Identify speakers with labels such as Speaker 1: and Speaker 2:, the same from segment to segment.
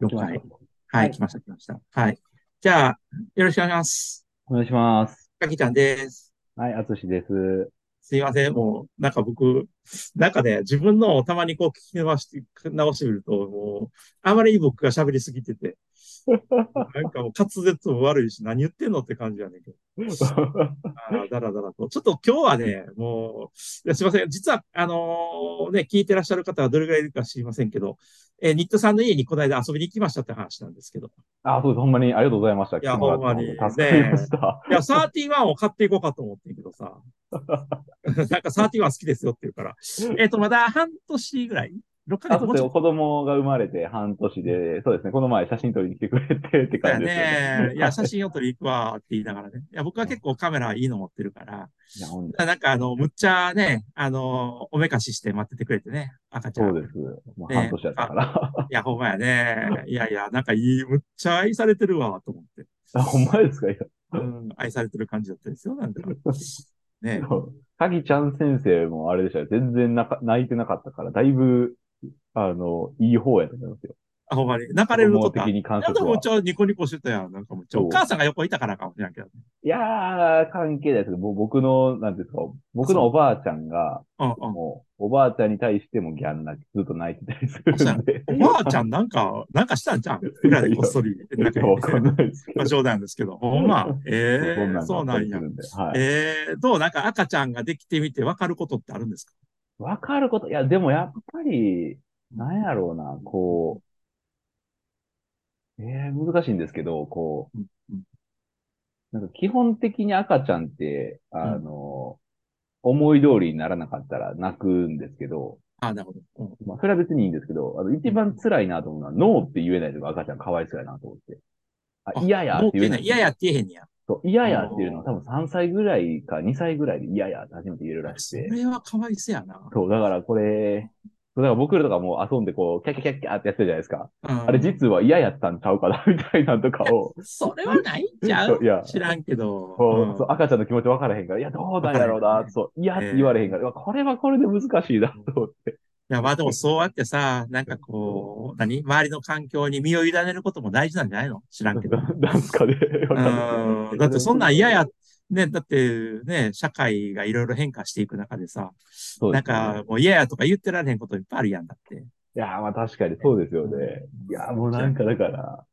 Speaker 1: 了解。はい、はい、来ました、来ました。はい。じゃあ、よろしくお願いします。
Speaker 2: お願いします。
Speaker 1: かきちゃんです。
Speaker 2: はい、あつしです。
Speaker 1: すいません、もう、なんか僕、なんかね、自分のをたまにこう聞き直して、直してみると、もう、あまりに僕が喋りすぎて て、なんかもう滑舌も悪いし、何言ってんのって感じやねんけど。あだらだらと。ちょっと今日はね、もう、いすいません。実は、あのー、ね、聞いてらっしゃる方はどれぐらいいるか知りませんけど、えー、ニットさんの家にこの間遊びに行きましたって話なんですけど。
Speaker 2: あ、そうです。ほんまにありがとうございました。い
Speaker 1: や、ほんまに。
Speaker 2: 助かりました。
Speaker 1: ね、いや、31を買っていこうかと思ってんけどさ。 なんか31好きですよって言うから。えっ、ー、と、まだ半年ぐらい
Speaker 2: 6ヶ 月子供が生まれて半年で、そうですね、この前写真撮りに来てくれてって感じです
Speaker 1: ね。ねい や、写真を撮りに行くわって言いながらね。いや、僕は結構カメラいいの持ってるから。いや、ほんなんか、あの、むっちゃね、あの、おめかしして待っててくれてね、赤ちゃ
Speaker 2: ん。そうです。もう半年やったから。
Speaker 1: いや、ほんまやね。いやいや、なんかいい、むっちゃ愛されてるわ、と思って。
Speaker 2: あ、ほんまですかい
Speaker 1: や。うん、愛されてる感じだったんですよ、なんだろう。ね
Speaker 2: かぎちゃん先生もあれでしたよ。全然泣いてなかったから、だいぶあの、いい方やと思いますよ。
Speaker 1: あ、ほんまに。泣かれること
Speaker 2: か。的に感
Speaker 1: 謝でもちょ、ニコニコしてたやん。なんかもうちょ、お母さんが横いたからかもしれんけど、ね。
Speaker 2: いやー、関係ないですけど、僕の、なんていうんですか、僕のおばあちゃんが、うんうん、もう、おばあちゃんに対してもギャン泣き、ずっと泣いてたりするんで。
Speaker 1: おばあちゃんなんか、なんかしたんじゃん裏でこっそり。
Speaker 2: なんか、わかんないです
Speaker 1: けど。まあ、冗談ですけど。ほんま、ええー、そうなんや。はい、えー、どうなんか赤ちゃんができてみて分かることってあるんですか
Speaker 2: 分かること、いや、でもやっぱり、なんやろうな、こう、えー、難しいんですけど、こう、なんか基本的に赤ちゃんって、あの、うん、思い通りにならなかったら泣くんですけど、
Speaker 1: あなるほど。
Speaker 2: まあ、それは別にいいんですけど、あの、一番辛いなと思うのは、ノーって言えないのが赤ちゃんかわいそうやなと思って。
Speaker 1: あ、嫌やって言えない。嫌やって言えへんや。
Speaker 2: そう、嫌やっていうのは多分3歳ぐらいか2歳ぐらいで嫌やって初めて言えるらしくて。
Speaker 1: それはかわいそうやな。
Speaker 2: そう、だからこれ、だから僕らとかも遊んでこう、キャキャキャキャってやってるじゃないですか。うん、あれ実は嫌やったんちゃうかなみたいなんとかを。
Speaker 1: それはないんちゃういや知らんけど、
Speaker 2: うん、そう。赤ちゃんの気持ち分からへんから、いや、どうなんやろうな、ね、そう、嫌って言われへんから、えー、これはこれで難しいなと思って。
Speaker 1: いや、まあでもそうやってさ、なんかこう、何周りの環境に身を委ねることも大事なんじゃないの知らん けど。
Speaker 2: なんすかね。
Speaker 1: うん。だってそんなん嫌や、ね、だってね、社会がいろいろ変化していく中でさ、でね、なんかもう嫌やとか言ってられへんこといっぱいあるやんだって。い
Speaker 2: や、まあ確かにそうですよね。いや、もうなんかだから、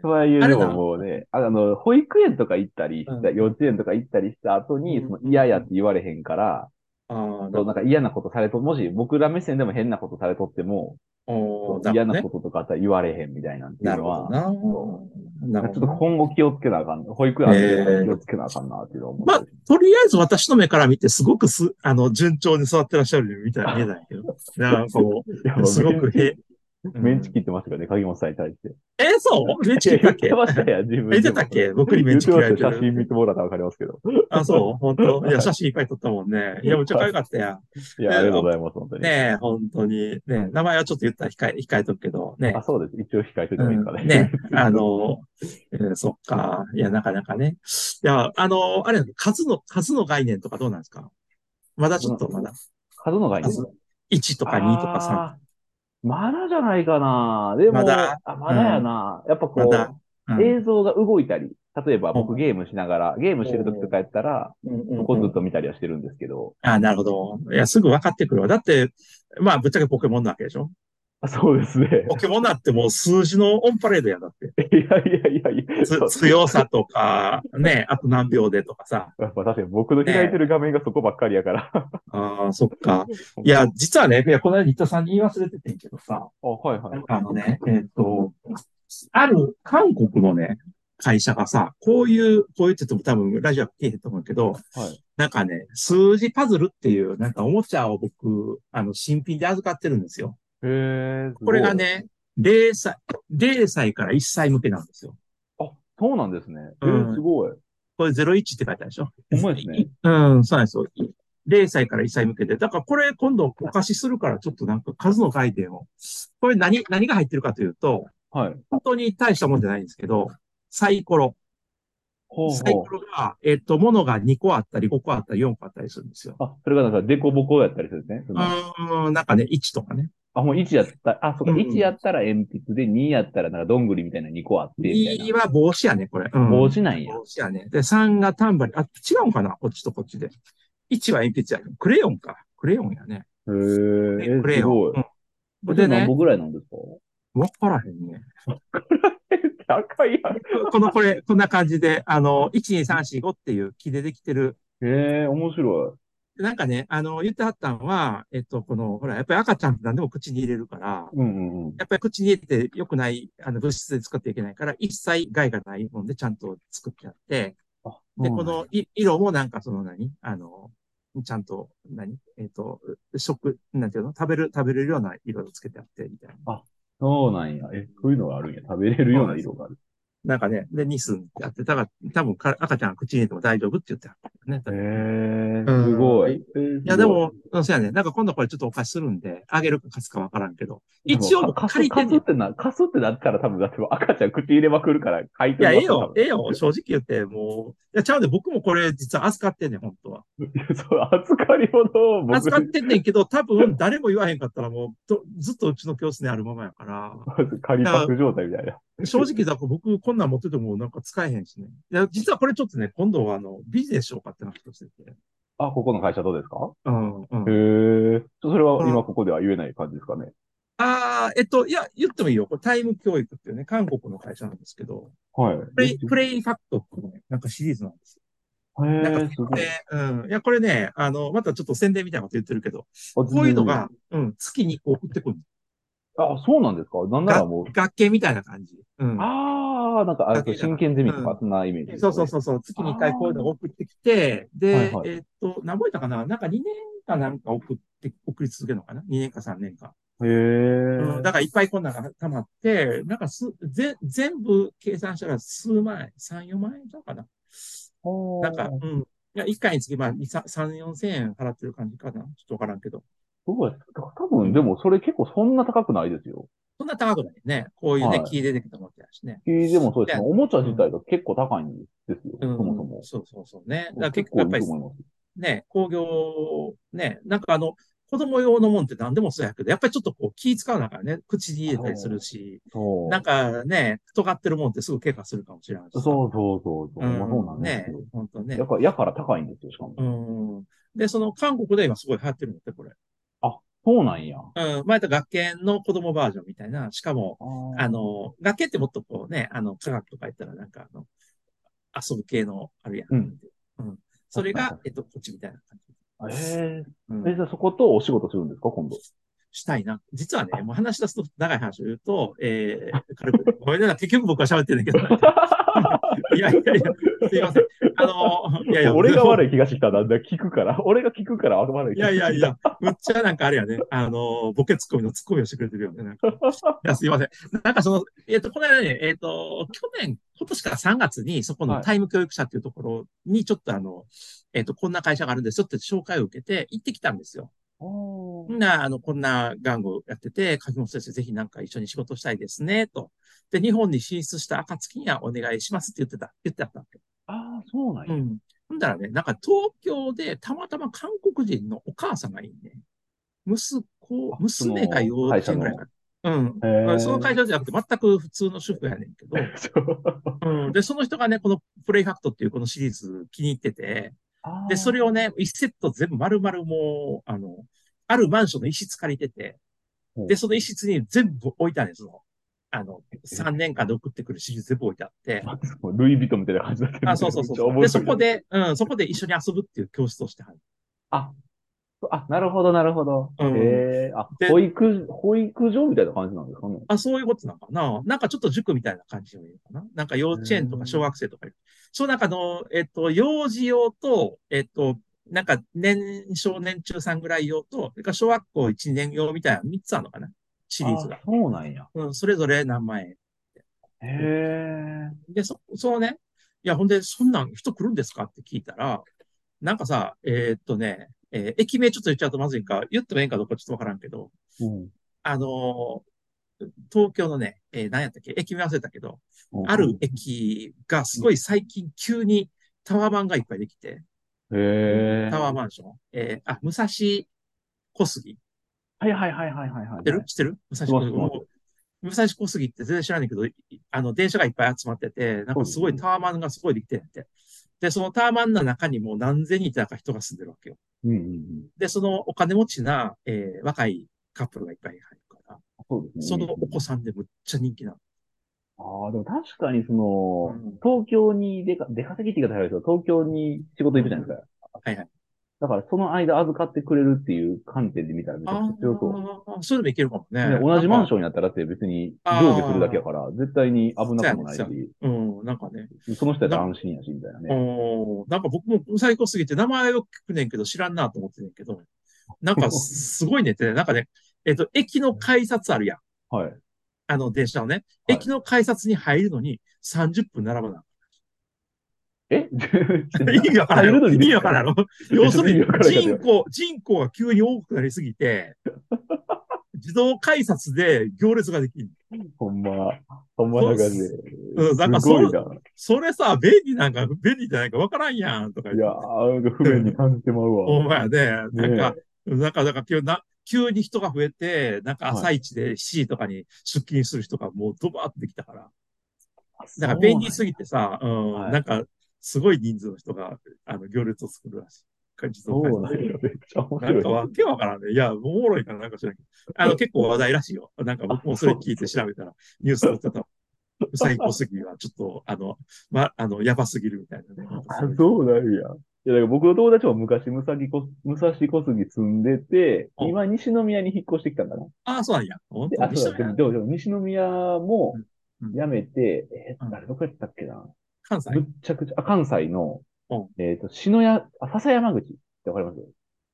Speaker 2: そうは言うでももうね、あの、保育園とか行ったり、うん、幼稚園とか行ったりした後に、その嫌やって言われへんから、あそうなんか嫌なことされと、もし僕ら目線でも変なことされとっても、嫌なこととかあったら言われへんみたいなっていうのは、
Speaker 1: なる
Speaker 2: ほどな。ちょっと今後気をつけなあかん、保育園で気をつけなあかんなっていうの
Speaker 1: を、まあ、とりあえず私の目から見て、すごくす、あの、順調に育ってらっしゃるみたいな見えない けど、なんかこう、すごくへ、
Speaker 2: メンチ切ってましたかね、鍵本さんに対して。
Speaker 1: え、そうメンチ切ったっけ
Speaker 2: 言ってましたよ、自分
Speaker 1: で。言ってたっけ僕にメンチ切られて
Speaker 2: る。写真見てもらったらわかりますけど。
Speaker 1: あ、そう本当いや、写真いっぱい撮ったもんね。いや、めっちゃ可愛かったや
Speaker 2: ん。いや、ありがとうございます、本当に。
Speaker 1: ね本当に。ね名前はちょっと言ったら控え、控えとくけど、ね
Speaker 2: あ、そうです。一応控えといてもいいですかね。
Speaker 1: ねあの、 えそっか。いや、なかなかね。いや、あの、あれ、数の、数の概念とかどうなんですかまだちょっと、まだ。
Speaker 2: 数の概念
Speaker 1: ?1 とか2とか
Speaker 2: 3。まだじゃないかな。でも、まだあまだやな。やっぱこう、映像が動いたり、例えば僕ゲームしながら、ゲームしてる時とかやったら、そこずっと見たりはしてるんですけど。
Speaker 1: あなるほど。いや、すぐ分かってくるわ。だって、まあ、ぶっちゃけポケモンなわけでしょ
Speaker 2: そうですね。
Speaker 1: ポケモンなってもう数字のオンパレードやだって
Speaker 2: 。いやいやいやいや。
Speaker 1: 強さとか、ね、あと何秒でとかさ。
Speaker 2: まあ、確かに僕の開いてる画面がそこばっかりやから。ね、
Speaker 1: ああ、そっか。 いや、実はね、いや、この間、リタさんに言い忘れててんけどさ。
Speaker 2: あ、はいはい。
Speaker 1: あのね、えっ、ー、と、ある韓国のね、会社がさ、こういう、こう言ってても多分ラジオは聞いてると思うけど、はい、なんかね、数字パズルっていう、なんかおもちゃを僕、あの、新品で預かってるんですよ。
Speaker 2: へ
Speaker 1: これがね、0歳、0歳から1歳向けなんですよ。
Speaker 2: あ、そうなんですね。えー、すごい。うん、
Speaker 1: これ01って書いてあるでしょ
Speaker 2: ほんですね。
Speaker 1: うん、そうなんですよ。0歳から1歳向けて。だからこれ今度お貸しするからちょっとなんか数の概念を。これ何、何が入ってるかというと、
Speaker 2: はい。
Speaker 1: 本当に大したもんじゃないんですけど、サイコロ。ほうほうサイコロが、えっ、と、ものが2個あったり、5個あったり、4個あったりするんですよ。
Speaker 2: あ、それがなんかデコボコやったりするね。
Speaker 1: うん、なんかね、1とかね。
Speaker 2: あ、もう1やった、あ、そうか、
Speaker 1: うんうん
Speaker 2: 1やったら鉛筆で、2やったらなんかどんぐりみたいな2個あって、みたい
Speaker 1: 右
Speaker 2: な。
Speaker 1: は帽子やね、これ。うん
Speaker 2: 帽子なんや。
Speaker 1: 帽子やね。で、3がタンバリン。あ、違うんかなこっちとこっちで。1は鉛筆やけど。クレヨンか。クレヨンやね。
Speaker 2: へ
Speaker 1: ね
Speaker 2: え、
Speaker 1: クレ
Speaker 2: す
Speaker 1: ヨン。
Speaker 2: ご
Speaker 1: う
Speaker 2: い。
Speaker 1: ん
Speaker 2: こ
Speaker 1: で
Speaker 2: れ
Speaker 1: ね
Speaker 2: 何本ぐらいなんですか
Speaker 1: わからへんね。
Speaker 2: 高いやん。
Speaker 1: この、これ、こんな感じで、あの、12345っていう木でできてる。
Speaker 2: へえ、面白
Speaker 1: なんかね、あの、言ってはったんは、えっと、この、ほら、やっぱり赤ちゃんって何でも口に入れるから、
Speaker 2: い。うんうんうん。
Speaker 1: やっぱり口に入れて良くない、あの、物質で作っていけないから、一切害がないもんでちゃんと作ってあって、
Speaker 2: あ
Speaker 1: で、
Speaker 2: そう
Speaker 1: こ
Speaker 2: なんや
Speaker 1: のい色もなんかその何あの、ちゃんと何、えっ、と、食、なんていうの食べる、食べれるような色をつけてあって、みたいな。
Speaker 2: そうなんや。え、そういうのがあるんや。食べれるような色がある。
Speaker 1: なんかね、で、ニスってあって、だから、多分か赤ちゃんが口に入れても大丈夫って言ってあったよね。
Speaker 2: へ
Speaker 1: い
Speaker 2: え、
Speaker 1: うん
Speaker 2: すごい。
Speaker 1: い
Speaker 2: えー
Speaker 1: や、で、も、うんそうやね。なんか今度これちょっとお貸しするんで、あげるか貸すかわからんけど。一応
Speaker 2: カス
Speaker 1: 借りてんねん
Speaker 2: ってな、カスってなったら多分だってもう赤ちゃん口入れまくるから書い
Speaker 1: い
Speaker 2: て
Speaker 1: や、
Speaker 2: る
Speaker 1: ええよ、ええよ、正直言って、もう。いや、ちゃうで、僕もこれ実は預かってんねん、本当は。
Speaker 2: そう、預かりほど僕、
Speaker 1: 預かってんねんけど、多分誰も言わへんかったらもうど、ずっとうちの教室にあるままやから。
Speaker 2: 仮パク状態みたいな。
Speaker 1: 正直だから僕こんなん持っててもなんか使えへんしね。いや、実はこれちょっとね、今度はあの、ビジネスしようかって話をしてて。
Speaker 2: あ、ここの会社どうですか
Speaker 1: うん、うん。
Speaker 2: へ
Speaker 1: あ
Speaker 2: え。それは
Speaker 1: うん
Speaker 2: 今ここでは言えない感じですかね。
Speaker 1: あー、えっと、いや、言ってもいいよ。これタイム教育っていうね、韓国の会社なんですけど、
Speaker 2: はい。
Speaker 1: プレイ、プレイファクトっていうね、なんかシリーズなんです
Speaker 2: へ
Speaker 1: なん
Speaker 2: え、
Speaker 1: か
Speaker 2: すごい
Speaker 1: よ。で。、うん。いや、これね、あの、またちょっと宣伝みたいなこと言ってるけど、
Speaker 2: こ
Speaker 1: こういうのが、うん、月に送ってくる
Speaker 2: あ、そうなんですかなんならもう、
Speaker 1: 学研みたいな感じ。うん。
Speaker 2: ああ、なんか、あれ、
Speaker 1: だけだ
Speaker 2: 真剣ゼミと
Speaker 1: う
Speaker 2: か
Speaker 1: ん、
Speaker 2: そんなイメージ、。
Speaker 1: そうそうそううそう。月に1回こういうのを送ってきて、で、
Speaker 2: はいはい
Speaker 1: えっと、何本やったかななんか2年かなんか送って、送り続けるのかな ?2 年か3年か。
Speaker 2: へえ。
Speaker 1: うん。だからいっぱいこんなのが溜まって、なんかす、ぜ、全部計算したら数万円、3、4万円ちゃうかな
Speaker 2: ほー
Speaker 1: なんか、うん。いや、1回につき、まあ、2 3、4千円払ってる感じかなちょっとわからんけど。
Speaker 2: すごい。多分、でも、それ結構そんな高くないですよ。
Speaker 1: そんな高くないね。こういうね、
Speaker 2: はい
Speaker 1: 木でできたものだしね。
Speaker 2: えでもそうです
Speaker 1: い
Speaker 2: ね。お
Speaker 1: や
Speaker 2: もちゃ自体が結構高いんですよ。
Speaker 1: う
Speaker 2: そ
Speaker 1: ん。
Speaker 2: もそも。
Speaker 1: そうそうそうね。だから
Speaker 2: 結
Speaker 1: 結
Speaker 2: 構い
Speaker 1: 構や
Speaker 2: い
Speaker 1: っぱり
Speaker 2: と思います。
Speaker 1: ね、工業、ね、なんかあの、子供用のもんって何でもそうやけど、やっぱりちょっとこう気使うなからね、口に入れたりするし、
Speaker 2: そう。
Speaker 1: なんかね、尖ってるもんってすぐ怪我するかもしれないし
Speaker 2: そ
Speaker 1: さ。
Speaker 2: うそうそうそう。まあそうなん
Speaker 1: ん、
Speaker 2: で
Speaker 1: ね
Speaker 2: すよ。、
Speaker 1: 本当ね
Speaker 2: や。から、やから高いんですよ、しかも。
Speaker 1: うん。で、その韓国で今すごい流行ってるんだって、これ。
Speaker 2: そうなんや。
Speaker 1: うん。前と学研の子供バージョンみたいな、しかも、
Speaker 2: あ
Speaker 1: あ
Speaker 2: ー
Speaker 1: の、学研ってもっとこうね、あの、科学とか言ったらなんかあの、遊ぶ系のあるやん。
Speaker 2: うん
Speaker 1: うんそれ
Speaker 2: はいは
Speaker 1: が
Speaker 2: い、
Speaker 1: えっと、こっちみたいな感じ。
Speaker 2: え
Speaker 1: う
Speaker 2: ー
Speaker 1: ん
Speaker 2: え、じゃあそことお仕事するんですか、今度。
Speaker 1: したいな。実はね、もう話し出すと長い話を言うと、えー、軽く、ごめんなさい、結局僕は喋ってるんだけ ど。いやいやいや、すいません。あの、いやいや、
Speaker 2: 俺が
Speaker 1: い。
Speaker 2: 悪い気がしてきたなんだ、聞くから。 俺が聞くから悪い
Speaker 1: い
Speaker 2: 気が
Speaker 1: や
Speaker 2: して
Speaker 1: い
Speaker 2: きた。
Speaker 1: やいや、むっちゃなんかあれやね、あの、ボケツッコミのツッコミをしてくれてるよね。な んかいやすいません。なんかその、えっ、と、この間ね、えっ、と、去年、今年から3月に、そこ
Speaker 2: は
Speaker 1: の
Speaker 2: い
Speaker 1: タイム教育者っていうところに、ちょっとあの、えっ、と、こんな会社があるんですよって紹介を受けて、行ってきたんですよ。
Speaker 2: おー
Speaker 1: みんな、あの、こんな玩具をやってて、柿本先生、ぜひなんか一緒に仕事したいですね、と。で、日本に進出した暁にはお願いしますって言ってた、言ってあったわけ。
Speaker 2: ああ、そうなん
Speaker 1: う
Speaker 2: や。
Speaker 1: ん。ほんだらね、なんか東京でたまたま韓国人のお母さんがいいね。息子
Speaker 2: あ、
Speaker 1: 娘が幼稚園ぐらいかな。うん。
Speaker 2: へー
Speaker 1: その 会社じゃなくて全く普通の主婦やねんけど。うん。で、その人がね、このプレイファクトっていうこのシリーズ気に入ってて、で、それをね、1セット全部丸々もう、あの、あるマンションの一室借りてて、
Speaker 2: ほう
Speaker 1: で、その一室に全部置いたんです、その、あの、3 年間で送ってくるシリーズ全部置いてあって、
Speaker 2: あー、もうルイ・ヴィトンみたいな感じだった
Speaker 1: あ、そうそうそうそう。で、そこ。で、うん、そこで一緒に遊ぶっていう教室をしてはる。
Speaker 2: あ、あ、なるほど、なるほど。
Speaker 1: うん
Speaker 2: へえ、あ、
Speaker 1: で
Speaker 2: 保育、保育所みたいな感じなんですかね。
Speaker 1: あ、そういうことなのかななんかちょっと塾みたいな感じのいいのかななんか幼稚園とか小学生とかいる。その中の、えっと、幼児用と、えっと、なんか年少年中さんぐらい用と、それから小学校1年用みたいな3つあるのかなシリーズが
Speaker 2: あ。そうなんや。
Speaker 1: うん、それぞれ何万円。
Speaker 2: へえ。
Speaker 1: で、そ、そうね。いや、ほんで、そんなん人来るんですかって聞いたら、なんかさ、えーっとね、えー駅名ちょっと言っちゃうとまずいんか、言ってもええんかどうかちょっとわからんけど、
Speaker 2: うん。
Speaker 1: あのー東京のね、えー何やったっけ駅名忘れたけど、ある駅がすごい最近急にタワーマンがいっぱいできて、
Speaker 2: へえ。
Speaker 1: タワーマンション、えーあ、武蔵小杉、
Speaker 2: はいはいはいはいはい、は
Speaker 1: 知っ
Speaker 2: い。
Speaker 1: てる知ってる武蔵
Speaker 2: 知って
Speaker 1: 小
Speaker 2: ます
Speaker 1: もう武蔵小杉って全然知らないけど、いあの、電車がいっぱい集まってて、なんかすごいタワマンがすごいできてんって。で、そのタワマンの中にもう何千人ってなんか人が住んでるわけよ。
Speaker 2: うんうんうん。
Speaker 1: で、そのお金持ちな、えー若いカップルがいっぱい入るから、
Speaker 2: そうですね。
Speaker 1: そのお子さんでむっちゃ人気なの。
Speaker 2: ああ、でも確かにその、
Speaker 1: うん
Speaker 2: 東京に出か、出稼ぎって言い方早いですけど、東京に仕事行くじゃないですか。
Speaker 1: はいはい。
Speaker 2: だからその間預かってくれるっていう観点で見たらめちゃくちゃ強そう。ね、
Speaker 1: ああ、そういうのもいけるかもね。
Speaker 2: 同じマン
Speaker 1: シ
Speaker 2: ションになったらって別に上下するだけやから、絶対に危なくもない
Speaker 1: そうや
Speaker 2: し、
Speaker 1: ョン。うん、なんかね。
Speaker 2: その人やったら安心やし、みたいなね。
Speaker 1: おーなんか僕も最高すぎて名前よく聞くねんけど知らんなと思ってんねんけど、なんかすごいねって、なんかね、えっと、駅の改札あるやん。
Speaker 2: はい。
Speaker 1: あの、電車のね。
Speaker 2: はい
Speaker 1: 駅の改札に入るのに30分並ばな。
Speaker 2: え
Speaker 1: 意味わからん
Speaker 2: 入る
Speaker 1: やろ。
Speaker 2: の
Speaker 1: 意
Speaker 2: に
Speaker 1: 味わからんやろ。要する
Speaker 2: 意
Speaker 1: に
Speaker 2: 味わからんやろ
Speaker 1: 人口、人口が急に多くなりすぎ て、自動改札で行列ができる。
Speaker 2: ほんま、ほんまなんかね、
Speaker 1: うんなんか
Speaker 2: すごい
Speaker 1: そ
Speaker 2: な。
Speaker 1: それさ、便利なんか、便利じゃないかわからんやんとか言
Speaker 2: い
Speaker 1: って
Speaker 2: やー、なんか不便に感じてまうわ。
Speaker 1: ほんまやね。なんか
Speaker 2: ね、
Speaker 1: なんか、なんか急な、急に人が増えて、なんか朝一で7時とかに出勤する人がもうドバーってできたから。だから便利すぎてさ、うん、
Speaker 2: はい
Speaker 1: なんか、すごい人数の人が、あの、行列を作るらしい。自動
Speaker 2: そう
Speaker 1: 改
Speaker 2: なん
Speaker 1: 札
Speaker 2: や。めっちゃ面
Speaker 1: なん
Speaker 2: 白
Speaker 1: か
Speaker 2: い。
Speaker 1: わけわからんね。いや、おもろいからなんか知らんけど。あの、結構話題らしいよ。なんか僕もそれ聞いて調べたら、ニュース載ってた。最高すぎは、ちょっと、あの、ま、あの、やばすぎるみたいなね。なんか
Speaker 2: あ
Speaker 1: そういう、
Speaker 2: そうなんや。いや、だから僕の友達も昔、武蔵小武蔵小杉住んでて、
Speaker 1: うん
Speaker 2: 今、西宮に引っ越してきたんだな。
Speaker 1: ああ、そうなんや。本
Speaker 2: で、
Speaker 1: 当
Speaker 2: あ、
Speaker 1: に。
Speaker 2: そうだ、でも、でもでも西宮も
Speaker 1: うん
Speaker 2: 辞めて、え
Speaker 1: うん
Speaker 2: ー、あれどこやったっけな。
Speaker 1: 関西
Speaker 2: ぶっちゃくちゃ、あ、関西の
Speaker 1: うん、
Speaker 2: えっと、篠屋、あ、笹山口ってわかります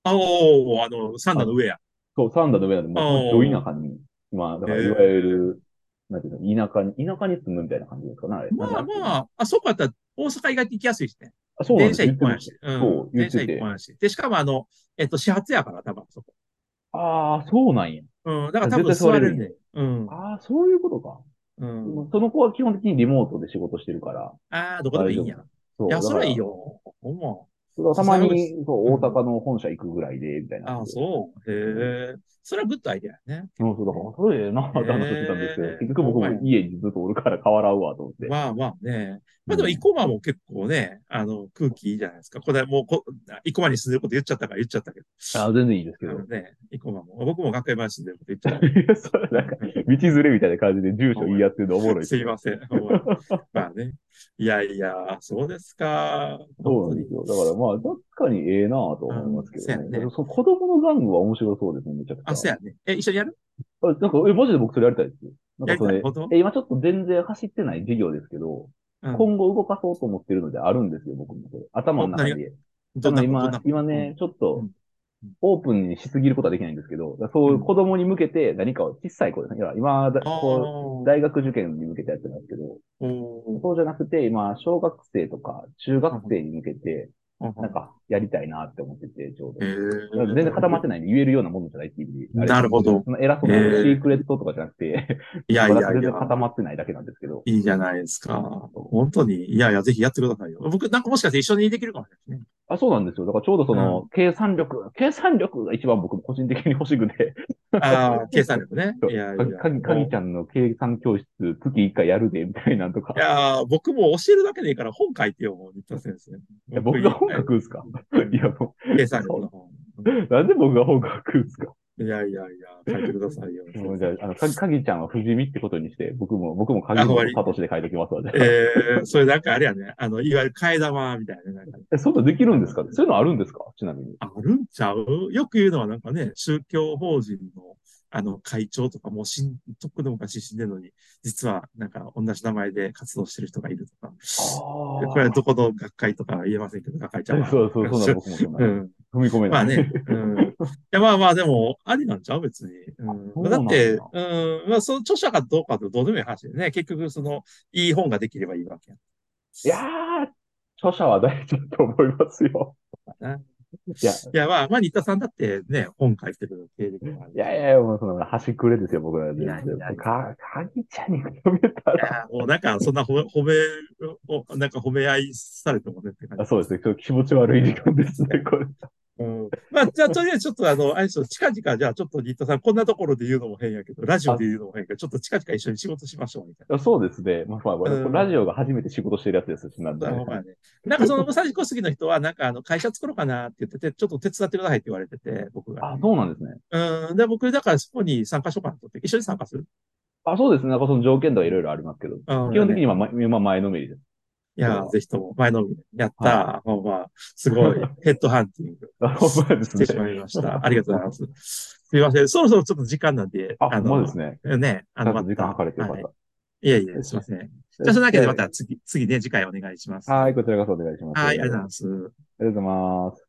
Speaker 1: あおーあの、サンダの上や。
Speaker 2: そう、サンダの上なんで、もう、
Speaker 1: う
Speaker 2: ど
Speaker 1: ん
Speaker 2: 田舎に、まあ、だから、
Speaker 1: へー
Speaker 2: いわゆる、なんていうの、田舎に、田舎に住むみたいな感じですかね、あれ。
Speaker 1: まあまあ、あそこやったら大阪以外に行きやすいしね。
Speaker 2: あ、そうなん
Speaker 1: 電
Speaker 2: です
Speaker 1: 車
Speaker 2: よ
Speaker 1: 一本やし。う
Speaker 2: そ
Speaker 1: ん。
Speaker 2: う言
Speaker 1: 電
Speaker 2: っ
Speaker 1: 車
Speaker 2: てて
Speaker 1: 一本やし。で、しかもあの、えっと、始発やから、多分そこ。
Speaker 2: ああ、そうなんや。
Speaker 1: うん。だから多分
Speaker 2: 絶対
Speaker 1: 座
Speaker 2: 座れる
Speaker 1: れるね。うん。
Speaker 2: ああ、そういうことか。
Speaker 1: うん。
Speaker 2: その子は基本的にリモートで仕事してるから。
Speaker 1: ああ、どこでもいいんや。
Speaker 2: そう
Speaker 1: いや、
Speaker 2: だ
Speaker 1: そ
Speaker 2: から
Speaker 1: いいよ。ほんま。
Speaker 2: そうだからたま
Speaker 1: そ
Speaker 2: に、そう、
Speaker 1: うん
Speaker 2: 大阪の本社行くぐらいで、みたいな。
Speaker 1: ああ、
Speaker 2: う。
Speaker 1: そう。へえ。それはグッドアイデアやね。
Speaker 2: うん、そう、だから、それええな、って話をしてたんですけど、
Speaker 1: へー
Speaker 2: 結局僕
Speaker 1: ほんまや
Speaker 2: も家にずっとおるから変わらんわ、と思って。
Speaker 1: まあまあね。まあでも、
Speaker 2: うん
Speaker 1: 生駒も結構ね、あの、空気いいじゃないですか。これもうこ、生駒に住んでること言っちゃったから言っちゃったけど。
Speaker 2: あ全然いいですけ
Speaker 1: あ
Speaker 2: ど。
Speaker 1: のね、生駒も。僕も学園前に住んでること言っちゃっ た。
Speaker 2: いや、それなんか、道連れみたいな感じで住所言い合ってるのおもろいです
Speaker 1: すい
Speaker 2: ね。
Speaker 1: ません。まあね。いやいや、そうですか。
Speaker 2: そうなんですよ。だからまあ、確かにええなと思いますけど
Speaker 1: うん
Speaker 2: ね。
Speaker 1: そうやね
Speaker 2: でもその子供の玩具は面白そうですね、めちゃくちゃ。
Speaker 1: あ、そうやね。え、一緒にやる
Speaker 2: あなんか、え、マジで僕それやりたいですよ。なんかそ
Speaker 1: やり
Speaker 2: れ
Speaker 1: たい本、当
Speaker 2: え、今ちょっと全然走ってない授業ですけど、
Speaker 1: うん
Speaker 2: 今後動かそうと思ってるのであるんですよ、僕もこれ。頭の中で。ただ
Speaker 1: どんなことどんな
Speaker 2: 今
Speaker 1: こ、と
Speaker 2: 今ね、ちょっと
Speaker 1: うんうん、
Speaker 2: オープンにしすぎることはできないんですけど、だからそういう子供に向けて何かを小さい子ですね。いや今、だ
Speaker 1: ああ、
Speaker 2: こう大学受験に向けてやってますけど、
Speaker 1: お
Speaker 2: そうじゃなくて、今、小学生とか中学生に向けて、
Speaker 1: ー
Speaker 2: なんか、やりたいなって思ってて、ちょう
Speaker 1: え
Speaker 2: ど。だから
Speaker 1: ー
Speaker 2: 全然固まってないんで言えるようなものじゃないっていう意味で。あれ
Speaker 1: なるほど
Speaker 2: その偉そうなシ
Speaker 1: えー
Speaker 2: ークレットとかじゃなくて、
Speaker 1: いやい
Speaker 2: ま
Speaker 1: や
Speaker 2: だ
Speaker 1: い
Speaker 2: 全
Speaker 1: や
Speaker 2: 然、固まってないだけなんですけど。
Speaker 1: いいじゃないですか。本当に。いやいや、ぜひやってくださいよ。僕、なんかもしかして一緒にできるかもしれないですね。
Speaker 2: あ、そうなんですよ。だからちょうどその、計算力、計算力が一番僕個人的に欲しくて、
Speaker 1: ああ、計算力ね。いやいや。
Speaker 2: かかぎ、かぎちゃんの計算教室月1回やるで、みたいなんとか
Speaker 1: い。やー僕も教えるだけでいいから本書いてよ、もう、新田先生。
Speaker 2: いや僕が本書くんすかいや、も
Speaker 1: 計算力の本。
Speaker 2: う、なんで僕が本書くんすか
Speaker 1: いやいやいや、書いてくださいよ。
Speaker 2: もうじゃあ、あの、かかぎちゃんは不死身ってことにして、僕も、僕もかぎ
Speaker 1: あ終わ
Speaker 2: も
Speaker 1: り
Speaker 2: サトシで書いときますわ、じゃあ
Speaker 1: ええそれなんかあれやね、あの、いわゆる替え玉みたいな、なんか、
Speaker 2: え、そんなできるんですかそういうのあるんですかちなみに。
Speaker 1: あるんちゃうよく言うのはなんかね、宗教法人の、あの、会長とかもう死ん、とっくの昔死んでるのに、実はなんか同じ名前で活動してる人がいるとか、
Speaker 2: あ
Speaker 1: これはどこの学会とかは言えませんけど、学会ちゃうわ。
Speaker 2: そう そう、そんな僕もそんな
Speaker 1: うん。
Speaker 2: 踏み込め
Speaker 1: ま
Speaker 2: な
Speaker 1: あ
Speaker 2: い。
Speaker 1: ね。 うん。いや、まあまあ、でも、ありなんちゃう別に。う
Speaker 2: あ
Speaker 1: ん、だって、
Speaker 2: そう
Speaker 1: うん、まあ、その著者かどうかとどうでもいい話でね。結局、その、いい本ができればいいわけや
Speaker 2: いやー、著者は大事だと思います よ。
Speaker 1: からな。
Speaker 2: いや、い
Speaker 1: いや、まあ、まあ、新田さんだってね、本書いてる経歴もある。
Speaker 2: やいや、もうその、端くれですよ、僕らで。
Speaker 1: いやいやいや
Speaker 2: か、かぎちゃんに比べた
Speaker 1: い
Speaker 2: ら。
Speaker 1: やもうなんか、そんな褒め、褒めを、なんか褒め合いされてもねって感
Speaker 2: あ
Speaker 1: じ。
Speaker 2: そうですね、ちょっと気持ち悪い時間ですね、これ。
Speaker 1: うんまあ、じゃあ、とりあえずちょっとあの、あれですよ、近々、じゃあちょっと新田さん、こんなところで言うのも変やけど、ラジオで言うのも変やけど、ちょっと近々一緒に仕事しましょう、みたい
Speaker 2: あそうですね。まあまあ、まあ
Speaker 1: うん
Speaker 2: ラジオが初めて仕事してるやつですし、なん
Speaker 1: な。
Speaker 2: だ、ね
Speaker 1: ほんまやねなんかその武蔵小杉の人は、なんかあの、会社作ろうかなって言ってて、ちょっと手伝ってくださいって言われてて、僕が。
Speaker 2: あ、そうなんですね。
Speaker 1: うん。で、僕、だからそこに参加しようかなと思って、一緒に参加する。
Speaker 2: あ、そうですね。なんかその条件とかいろいろありますけど、
Speaker 1: うん。
Speaker 2: 基本的
Speaker 1: い
Speaker 2: には、ま、今前のめりです。
Speaker 1: や、ぜひとも、前のめりでやったー。ほんま、す ごい、ヘッドハンティング。
Speaker 2: あ、ほん まで
Speaker 1: してしまいました。ありがとうございます。すいません。そろそろちょっと時間なんで、
Speaker 2: あ、ほんま
Speaker 1: の
Speaker 2: ですね。
Speaker 1: ね、あ
Speaker 2: ち
Speaker 1: の、
Speaker 2: ゃんと時間
Speaker 1: また
Speaker 2: 計れてよかっ
Speaker 1: はい
Speaker 2: た。
Speaker 1: いやいや、すいません。じゃあ、その中でまた次、次ね、次回お願いします。
Speaker 2: はい、こちらこそお願いします。
Speaker 1: はい、ありがとうござい
Speaker 2: あ
Speaker 1: ます。
Speaker 2: りがとうございます。